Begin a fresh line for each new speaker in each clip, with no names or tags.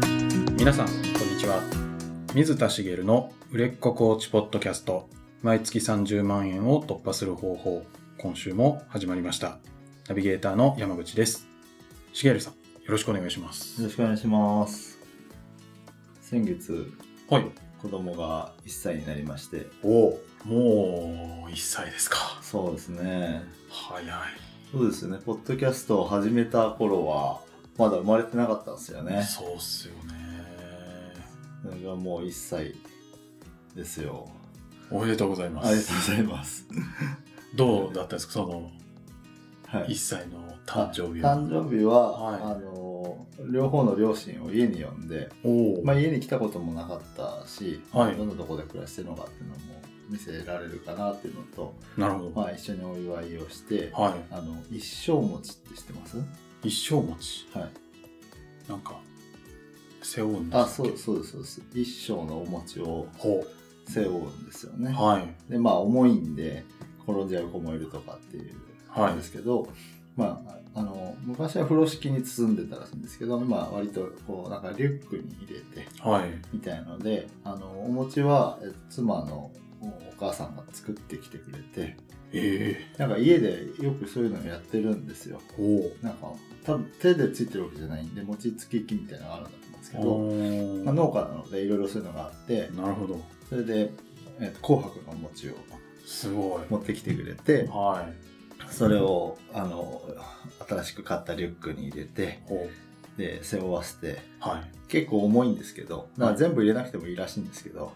皆さん、こんにちは。水田茂の売れっ子コーチポッドキャスト、毎月30万円を突破する方法、今週も始まりました。ナビゲーターの山口です。茂さん、よろしくお願いしま
よ
す。
ろしくお願いします。先月、
はい。
子供が1歳になりまして、
おもう、1歳ですか。
そうですね。
早い。
そうですよね。ポッドキャストを始めた頃は、まだ生まれてなかったんですよね。
そうっすよね。
それがもう1歳ですよ。
おめでとうございま
ありが
す
と。うございます。
どうだったですかその、
はい
1。歳の誕生日は。
誕生日は、
はい
あの、両方の両親を家に呼んで、
お
まあ、家に来たこともなかったし、
はい
どんなところで暮らしてるのかっていうのも見せられるかなっていうのと、
なるほど。
まあ、一緒にお祝いをして、
は
あの一生餅って知ってます？
い。一生持ち。
はい。
なんか、背負うんです
あ、そうそうですそうです。一生のお餅を
ほ
背負うんですよ
う。
ね。
はい。
で、まあ重いんで転んじゃう子もいるとかっていう
はい
んですけど、まああの昔は風呂敷に包んでたらしいんですけど、今は割とこうなんかリュックに入れて
はい。
みたいので、あのお餅はえ妻のおお母さんが作ってきてくれて、
え
なんか家でよくそういうのやってるんですよ。
えほ
なんか多分手でついてるわけじゃないんで餅つき機みたいなのがあるんだと思うんですけ
う。
ど、
おー
まあ、農家なのでいろいろそういうのがあって
なるほど。
それで、えっと紅白のお餅を
すごい。
持ってきてくれて
は
それをあの新しく買ったリュックに入れて
い。ほ
で背負わせて
う。はい。
結構重いんですけど、まあ、全部入れなくてもいいらしいんですけど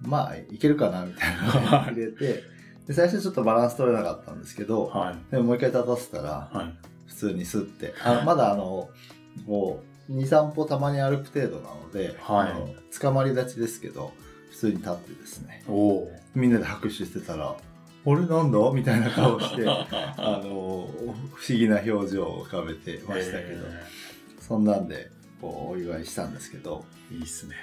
まあいけるかなみたいなのを入れてで最初ちょっとバランス取れなかったんですけど
はい。
でももう一回立たせたら
はい。
普通に吸ってあまだあのこう23歩たまに歩く程度なので、
はい
あの捕まり立ちですけど普通に立ってですね
おお。
みんなで拍手してたら「あれなんだ?」みたいな顔して あの不思議な表情を浮かべてましたけど、
え
そんなんでこうお祝いしたんですけど
えいいっすね。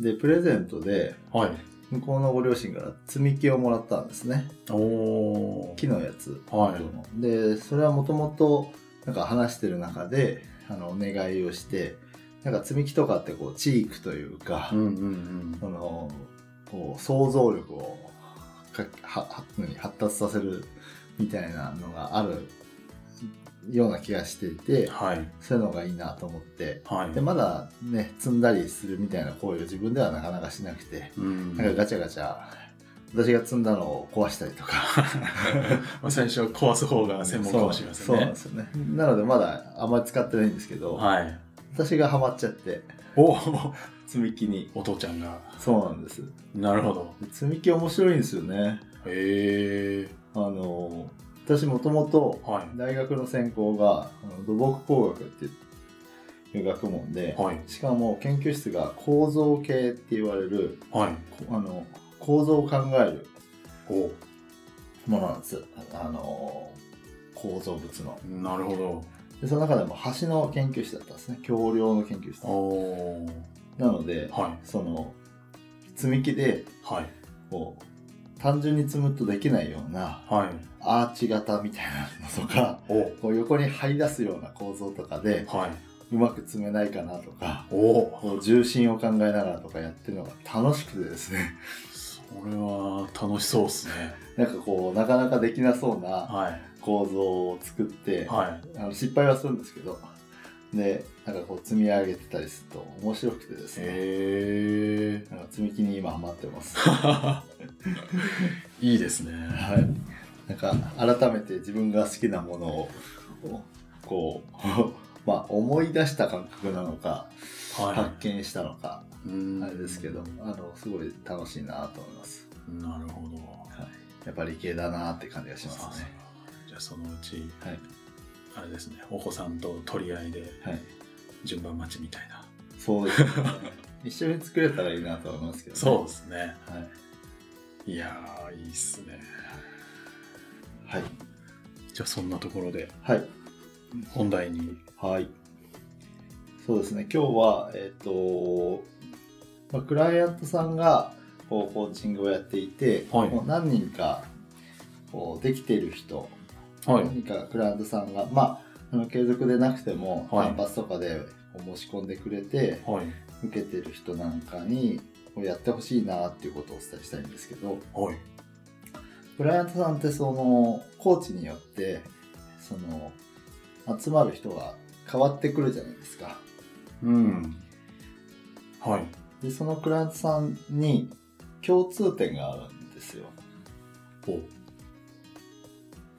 でプレゼントで
はい。
向こうのご両親から積み木をもらったんですね
おお。
木のやつ
はい。
でそれはもともとなんか話してる中であのお願いをしてなんか積み木とかってこうチークというか、
うんうんうん。
そのこう想像力をかはは発達させるみたいなのがあるような気がしていて
はい。
そういうのがいいなと思って
はい。
でまだね積んだりするみたいな行為を自分ではなかなかしなくて
うん。
なんかガチャガチャ私が積んだのを壊したりとか
まあ最初は壊す方が専門かもしれません
そうなん
ね
で。すよねなのでまだあんまり使ってないんですけど、
はい。
私がハマっちゃって
おお。
積み木に
お父ちゃんが。
そうなんですで
なるほど。
積み木面白いんですよね
ええ
あの私もともと
はい。
大学の専攻があの土木工学っていう学問で、
はい。
しかも研究室が構造系って言われる
はい。
こあの構造を考える
おお。
ものなんですあの構造物の
なるほ
でその中でも橋の研究室だったんですね橋梁の研究室
ど。おー
なので
はい。
その積み木で
はい。
こう単純に積むとできないような
はい。
アーチ型みたいなのとか
お
こう横に張り出すような構造とかで
はい。
うまく積めないかなとか
お
こう重心を考えながらとかやってるのが楽しくてですね
それは楽しそうっすね。
なんかこうなかなかできなそうな
はい。
構造を作って
は
あの失敗はするんですけどでなんかこう積み上げてたりすると面白くてです
い。
ね
へえ。
なんか積み木に今ハマってます。
いいですね。
はい、なんか改めて自分が好きなものをこう まあ思い出した感覚なのか
は
発見したのか
い。うん
あれですけど、あのすごい楽しいなと思います
なるほど。
やっぱり理系だなって感じが
そ
し
う
ます
そう
ね
じゃあそのうち、
はい
あれですね、お子さんと取り合いで
はい
順番待ちみたいな。
そ うですね一緒に作れたらいいなと思いますけど、ね、
そうですね。
うはい、
いやー、いいっすね。
はい
じゃあそんなところで
はい
本題に。
はい。そうですね、今日は、えっ、と、まあ、クライアントさんがこうコーチングをやっていて、
はい
もう何人かこうできている人、
はい。
何かクライアントさんが、まあ、あの継続でなくても、
はい
単発とかでこう申し込んでくれて、
はい。
受けてる人なんかにこうやってほしいなっていうことをお伝えしたいんですけど
はい。
クライアントさんってそのコーチによってその集まる人が変わってくるじゃないですか
うん。はい。
でそのクライアントさんに共通点があるんですよ
お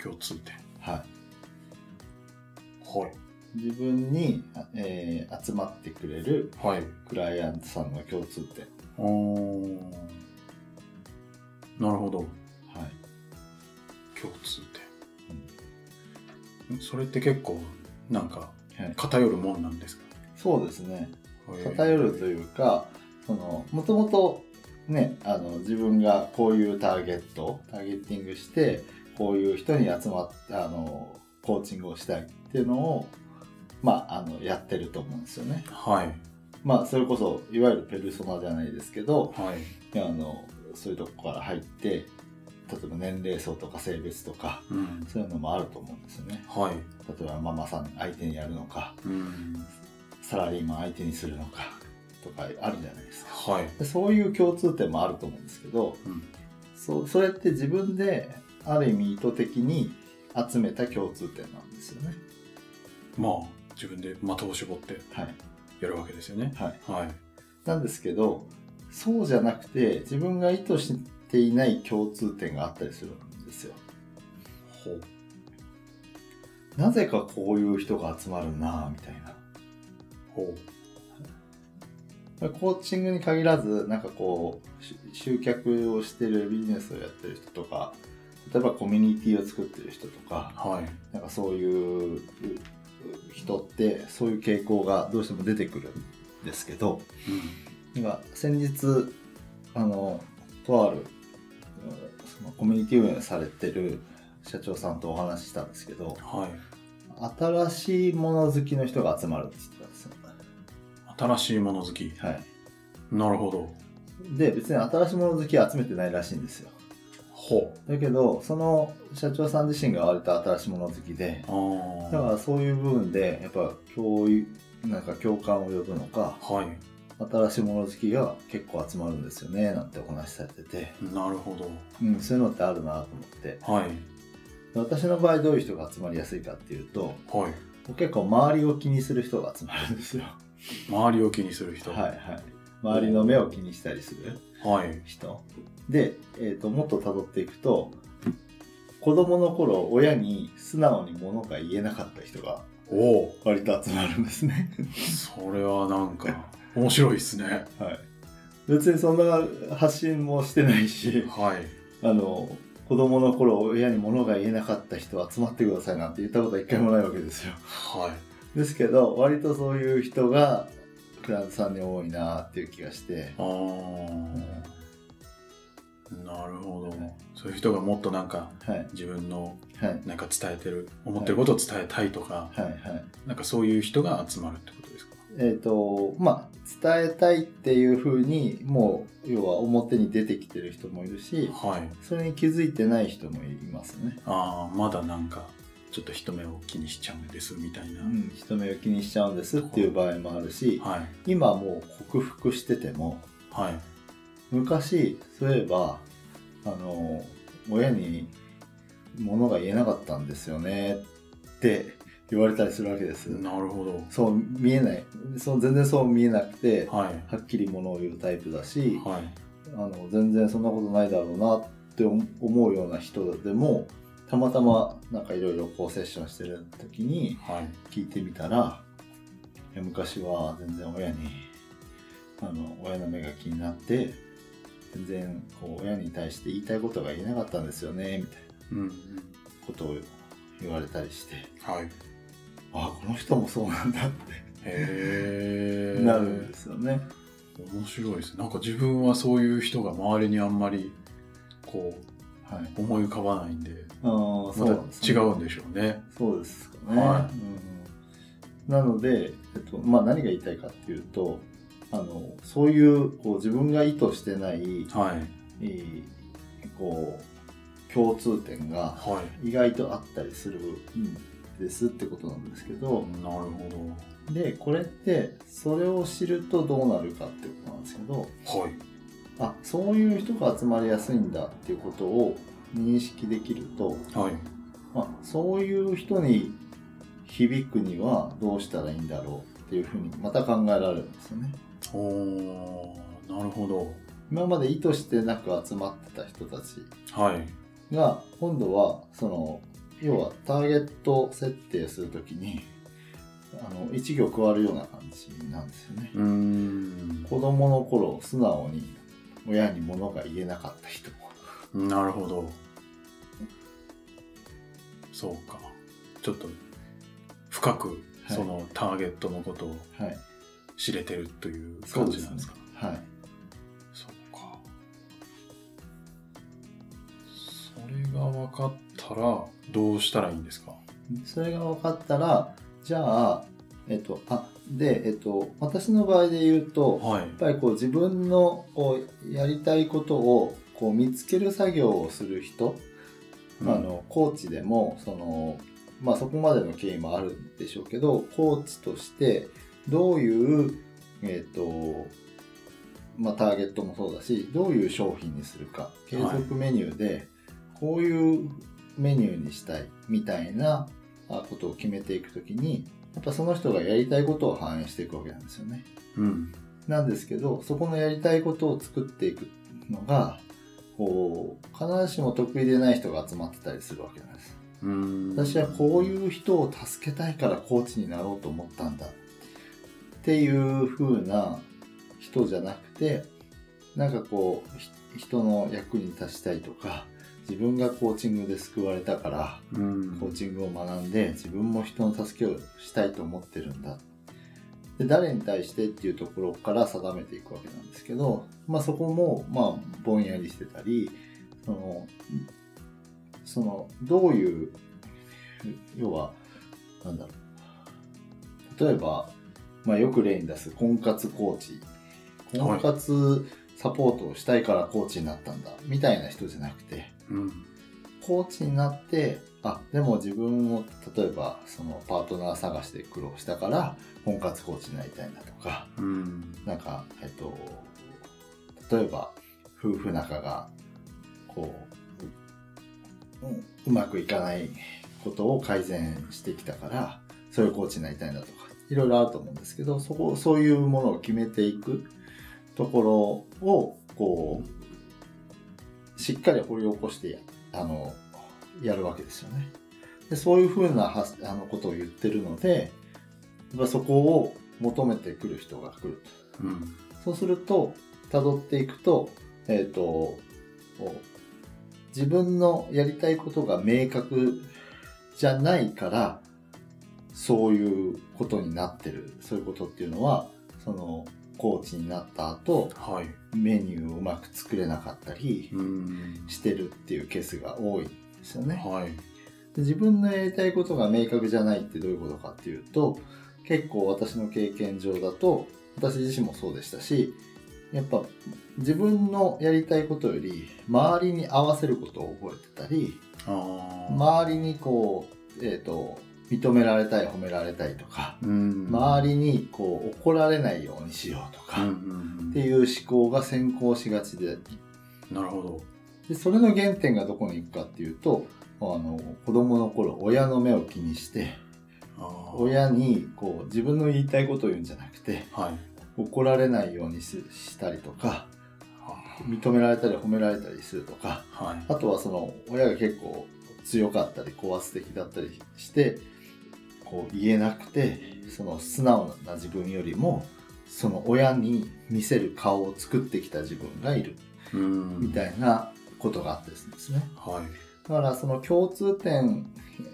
共通点。
はい
はい。
自分に、えー集まってくれる
はい。
クライアントさんの共通点
おーなるほど。
はい
共通点。んそれって結構、なんか、
はい
偏るもんなんですか
そうですね
へー
偏るというかそのもともとねあの自分がこういうターゲットターゲッティングしてこういう人に集まってあのコーチングをしたいっていうのをまああのやってると思うんですよね
はい。
まあそれこそいわゆるペルソナじゃないですけど
はい。
あのそういうとこから入って例えば年齢層とか性別とか
うん。
そういうのもあると思うんですよね
はい。
例えばママさん相手にやるのか
うん。
サラリーマン相手にするのかとかあるじゃないですか
はい。
でそういう共通点もあると思うんですけど
うん。
そそれって自分である意味意図的に集めた共通点なんですよね
まあ、自分で的を絞って
はい
やるわけですよね。
はい
はい。
なんですけどそうじゃなくて自分が意図していない共通点があったりするんですよ
ほう。
なぜかこういう人が集まるなぁみたいな
ほ
これコーチングに限らずなんかこうし集客をしてるビジネスをやってる人とか例えばコミュニティを作ってる人とか
う。はい。
なんかそういうう人ってそういう傾向がどうしても出てくるんですけどなんか先日あのとあるうんそのコミュニティ運営されてる社長さんとお話ししたんですけど
うん。はい。
新しいもの好きの人が集まるって言ってたんですよ、
新しいもの好き。
はい、
なるほど。
で別に新しいもの好きは集めてないらしいんですよ
ほ
だけどその社長さん自身が割と新しいもの好きで
う。あ
だからそういう部分でやっぱ共有なんか共感を呼ぶのか
あ。はい。
新しいもの好きが結構集まるんですよねなんてお話しされてて、
なるほど。
うん、そういうのってあるなと思って
はい。
で私の場合どういう人が集まりやすいかっていうと
はい。
結構周りを気にする人が集まるんですよ
周りを気にする人。
はいはい周りの目を気にしたりする
はい。
人で、えー、ともっと辿っていくと子供の頃親に素直に物が言えなかった人が
おお。
割と集まるんですね
それはなんか、面白いですね。
はい別にそんな発信もしてないし
はい。
あの子供の頃親に物が言えなかった人集まってくださいなんて言ったことは一回もないわけですよ
は
ですけど割とそういう人がクラントさんに多いなっていう気がして
い。ああ。なるほど。そういう人がもっとなんか、
はい
自分の
はい
なんか伝えてる、思ってることを伝えたいとか、
はいはい
なんかそういう人が集まるってことですか。
えっ、とまあ伝えたいっていうふうにもう要は表に出てきてる人もいるし
はい。
それに気づいてない人もいますね
ああ、まだなんか、ちょっと人目を気にしちゃうんですみたいな。
うん人目を気にしちゃうんですっていう場合もあるし
はい。
今もう克服してても
はい。
昔そういえばあの親に物が言えなかったんですよねって言われたりするわけです、
なるほど。
そう見えないそう全然そう見えなくては
はい。
っきり物を言うタイプだし
はい。
あの全然そんなことないだろうなって思うような人でもたまたまなんかいろいろこうセッションしてる時に
はい。
聞いてみたらいや昔は全然親にあの親の目が気になって全然こう親に対して言いたいことが言えなかったんですよねみたい
うんうん。
なことを言われたりして
はい。へ
あこの人もそうなんだっ
え
て。なるんですよね。
面白いです。なんか自分はそういう人が周りにあんまり、こ
はい、
う、思い浮かばないんで、
あー
ま
そう
た
なんです
違
ね
うんでしょうね。
そうですかね。
は
うん、なので、えっとまあ、何が言いたいかっていうとあのそういうこう自分が意図してない
はい。
えーこう共通点が
はい。
意外とあったりするですってことなんですけど、
なるほ
でこれってそれを知るとどうなるかってことなんですけど
ど。はい。
あそういう人が集まりやすいんだっていうことを認識できると、
はい。
まあ、そういう人に響くにはどうしたらいいんだろうっていうふうにまた考えられるんですよね。
おー、なるほど。
今まで意図してなく集まってた人たち
はい。
が今度はその要はターゲット設定するときにあの一行加わるような感じなんですよね。
うーん。
子供の頃素直に親に物が言えなかった人
なるほど。そうか。ちょっと、深く、
はい
そのターゲットのことを
はい
知れてるという感じなんですか。
はい
そうか。それが分かったら、どうしたらいいんですか
それが分かったらじゃあえっとあでえっと私の場合で言うとや
はい。
っぱりこう自分のこうやりたいことをこう見つける作業をする人
うん
まあ、あ、のコーチでもその、まあ、そこまでの経緯もあるんでしょうけどコーチとしてどういう、えーとまあ、ターゲットもそうだしどういう商品にするか継続メニューでこういうメニューにしたいみたいなあことを決めていくときにやっぱその人がやりたいことを反映していくわけなんですよね。
うん。
なんですけどそこのやりたいことを作っていくのがこう必ずしも得意でない人が集まってたりするわけなんです
うーん
私はこういう人を助けたいからコーチになろうと思ったんだっていう風な人じゃなくてなんかこうひ人の役に立ちたいとか自分がコーチングで救われたから
うん
コーチングを学んで自分も人の助けをしたいと思ってるんだで誰に対してっていうところから定めていくわけなんですけど、まあ、そこもまあぼんやりしてたりそのそのどういう要はなんだろう例えば、まあ、よく例に出す婚活コーチ婚活サポートをしたいからコーチになったんだみたいな人じゃなくて、
うん。
コーチになってあでも自分も例えばそのパートナー探して苦労したから婚活コーチになりたいんだとか
うん。
なんかえっと例えば夫婦仲がこうううんうまくいかないことを改善してきたからそういうコーチになりたいんだとかいろいろあると思うんですけどそこそういうものを決めていくところをこうしっかり掘り起こしてやあのやるわけですよね。でそういうふうなはあのことを言ってるのでやっぱそこを求めてくる人が来ると。
うん。
そうすると、辿っていくと、えっ、と、こう自分のやりたいことが明確じゃないから、そういうことになってる。そういうことっていうのは、その、コーチになった後、
はい。
メニューをうまく作れなかったり
うん。
してるっていうケースが多いんですよね。
はい。
で自分のやりたいことが明確じゃないってどういうことかっていうと結構私の経験上だと私自身もそうでしたしやっぱ自分のやりたいことより周りに合わせることを覚えてたり
ああ。
周りにこう、えー、と認められたい褒められたいとか
うん。
周りにこう怒られないようにしようと
う
か、
ん
っ
うん
ていう思考が先行しがちで
うん。なるほど。
でそれの原点がどこに行くかっていうとあの子供の頃親の目を気にして
あー
親にこう自分の言いたいことを言うんじゃなくて
はい。
怒られないようにししたりとか
あ
認められたり褒められたりするとか
ーはい。
あとはその親が結構強かったり高圧的だったりしてこう言えなくてその素直な自分よりもその親に見せる顔を作ってきた自分がいる
うん。
みたいなことがあったりするんですね。
はい。
だからその共通点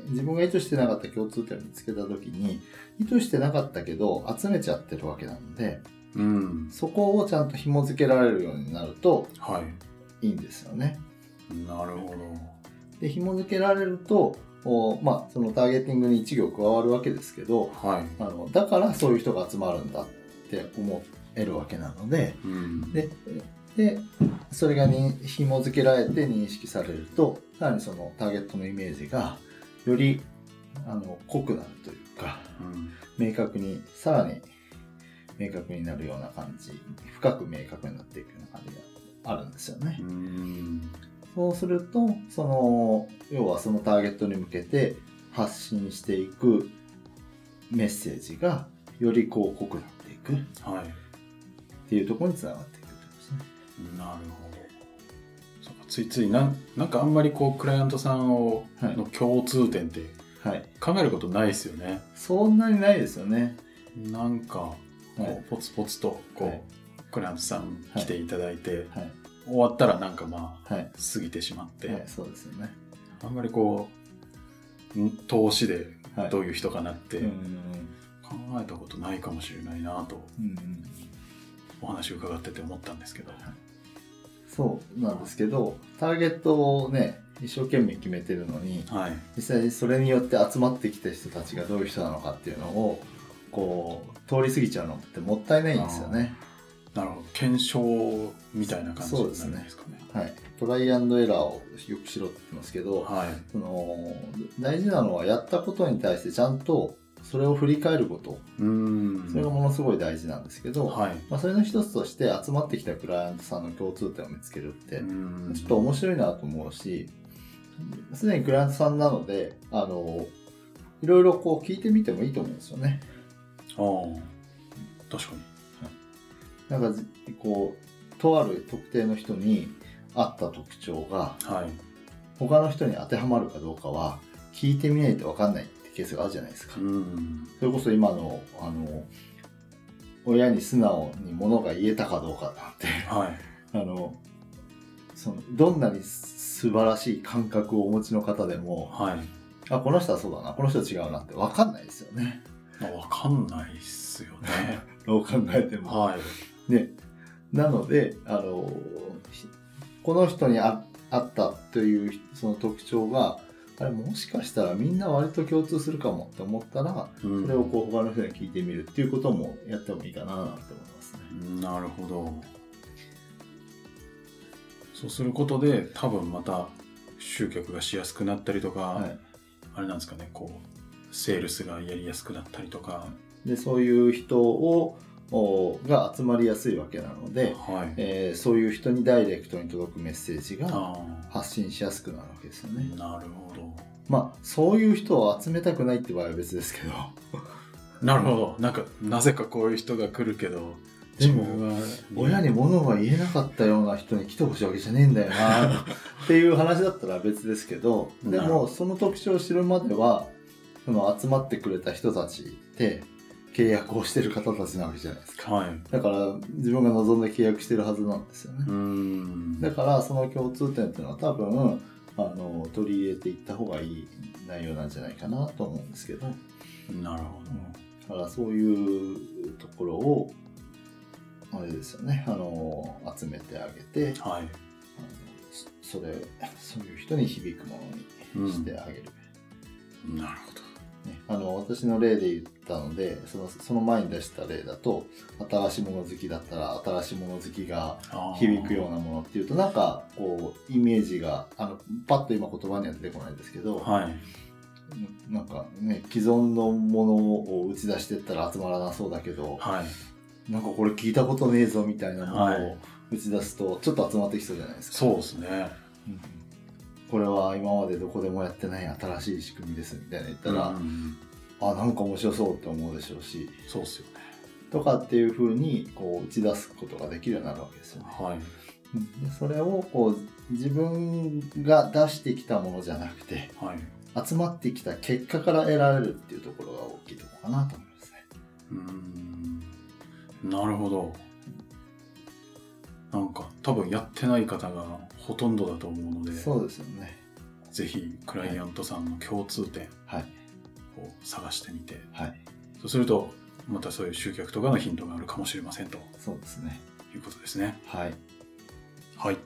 自分が意図してなかった共通点を見つけた時に意図してなかったけど集めちゃってるわけなので
うん。
そこをちゃんと紐付けられるようになると
はい。
いいんですよね。
なるほど。
で紐付けられるとおまあ、そのターゲティングに一行加わるわけですけど
はい。
あのだからそういう人が集まるんだって思えるわけなので
うん。
ででそれがに紐付けられて認識されるとさらにそのターゲットのイメージがよりあの濃くなるというか
うん
明確にさらに明確になるような感じ深く明確になっていくような感じがあるんですよね。
うん
そうすると、その、要はそのターゲットに向けて発信していくメッセージが、よりこう濃くなっていくっ
はい
ていうところにつながっていくってことですね。
なるほどそうかついついなんなんかあんまりこうクライアントさんを
はい
の共通点って
はい。
考えることないですよね
そんなにないですよね。
なんか
はい。
こうポツポツとこう、
はい
クライアントさん来ていただいて、
はい。
終わったらなんかまあ
はい。
過ぎてしまって、
はい、そうですよね。
あんまりこうん投資で
はい。
どういう人かなって
うんうん
考えたことないかもしれないなと
うん。うんうん。
お話を伺ってて思ったんですけど、
そうなんですけど、ターゲットをね、一生懸命決めてるのに、
はい、
実際にそれによって集まってきた人たちがどういう人なのかっていうのをこう通り過ぎちゃうのってもったいないんですよね。
なるほど検証みたいな感じになるんですかね。
はい、トライアンドエラーをよくしろって言ってますけど
はい、
その大事なのはやったことに対してちゃんとそれを振り返ること
うーん
それがものすごい大事なんですけど、
はい、
まあ、それの一つとして集まってきたクライアントさんの共通点を見つけるって、
うーん
ちょっと面白いなと思うし、すでにクライアントさんなので、あの、いろいろこう聞いてみてもいいと思うんですよね。
ああ確かに
なんかじ、こう、とある特定の人に合った特徴が、
はい
他の人に当てはまるかどうかは、聞いてみないと分かんないってケースがあるじゃないですか。
うーん
それこそ今の、あの、親に素直にものが言えたかどうかなんて、
はい
あの、その、どんなに素晴らしい感覚をお持ちの方でも、
はい
あこの人はそうだなこの人は違うなって分かんないですよね
まあわかんないっすよ ね
どう考えても。
はい
ね、なのであのひこの人にああったというその特徴があれもしかしたらみんな割と共通するかもって思ったら
うん
それをこう他の人に聞いてみるっていうこともやってもいいかななんて思いますね。
なるほどそうすることで多分また集客がしやすくなったりとか、
はい、
あれなんですかねこうセールスがやりやすくなったりとか
でそういう人をおが集まりやすいわけなので、
はい
えーそういう人にダイレクトに届くメッセージが
あ
発信しやすくなるわけですよ
あ
ね。
なるほど
まあそういう人を集めたくないって場合は別ですけど
なるほどなんかなぜかこういう人が来るけど
で
自
も
分は
親に物が言えなかったような人に来てほしいわけじゃねえんだよ なっていう話だったら別ですけどで
なるほ
もその特徴を知るまではその集まってくれた人たちって契約をしてる方たちなわけじゃないですか
はい
だから自分が望んで契約してるはずなんですよね
うーん
だからその共通点っていうのは多分あの取り入れていった方がいい内容なんじゃないかなと思うんですけど
なるほ
だからそういうところをあれですよねあの集めてあげて
どはい
あのそそれそういう人に響くものにしてあげる、
なるほど
ね、あの私の例で言ったのでそのその前に出した例だと新しいもの好きだったら新しいもの好きが
あー
響くようなものっていうとなんかこうイメージがあのパッと今言葉には出てこないんですけど、
はい
なんかね既存のものを打ち出してったら集まらなそうだけど、
はい
なんかこれ聞いたことねえぞみたいなも
は
の
い
を打ち出すとちょっと集まってきそうじゃないですか、
そうですね
うんこれは今までどこでもやってない新しい仕組みですみたいな言ったら、
うん
あなんか面白そうって思うでしょうし
そうっすよね
とかっていう風にこう打ち出すことができるようになるわけですよね。
はい
うんでそれをこう自分が出してきたものじゃなくて
はい
集まってきた結果から得られるっていうところが大きいところかなと思いますね。
うーんなるほどなんか多分やってない方がほとんどだと思うので
そうですよね。
ぜひクライアントさんの共通点
はい。
を探してみて
はい。
そうするとまたそういう集客とかのヒントがあるかもしれませんと
そうですね。
いうことですね
はい。あり
はい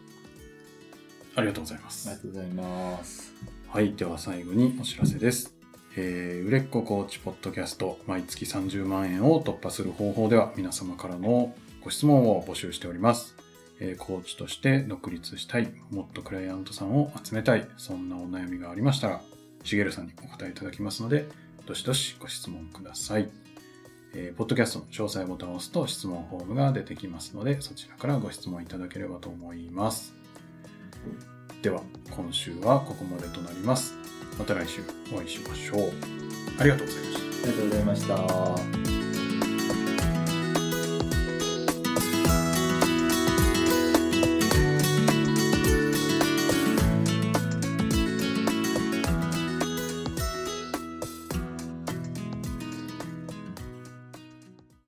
ありがとうございます
がとうございます。
はい、では最後にお知らせです。えー売れっ子コーチポッドキャスト毎月30万円を突破する方法では皆様からのご質問を募集しております。えーコーチとして独立したい、もっとクライアントさんを集めたい、そんなお悩みがありましたら、しげるさんにお答えいただきますので、どしどしご質問ください。えーポッドキャストの詳細ボタンを押すと質問フォームが出てきますので、そちらからご質問いただければと思います。では、今週はここまでとなります。また来週お会いしましょう。ありがとうございました。
りがとうございました。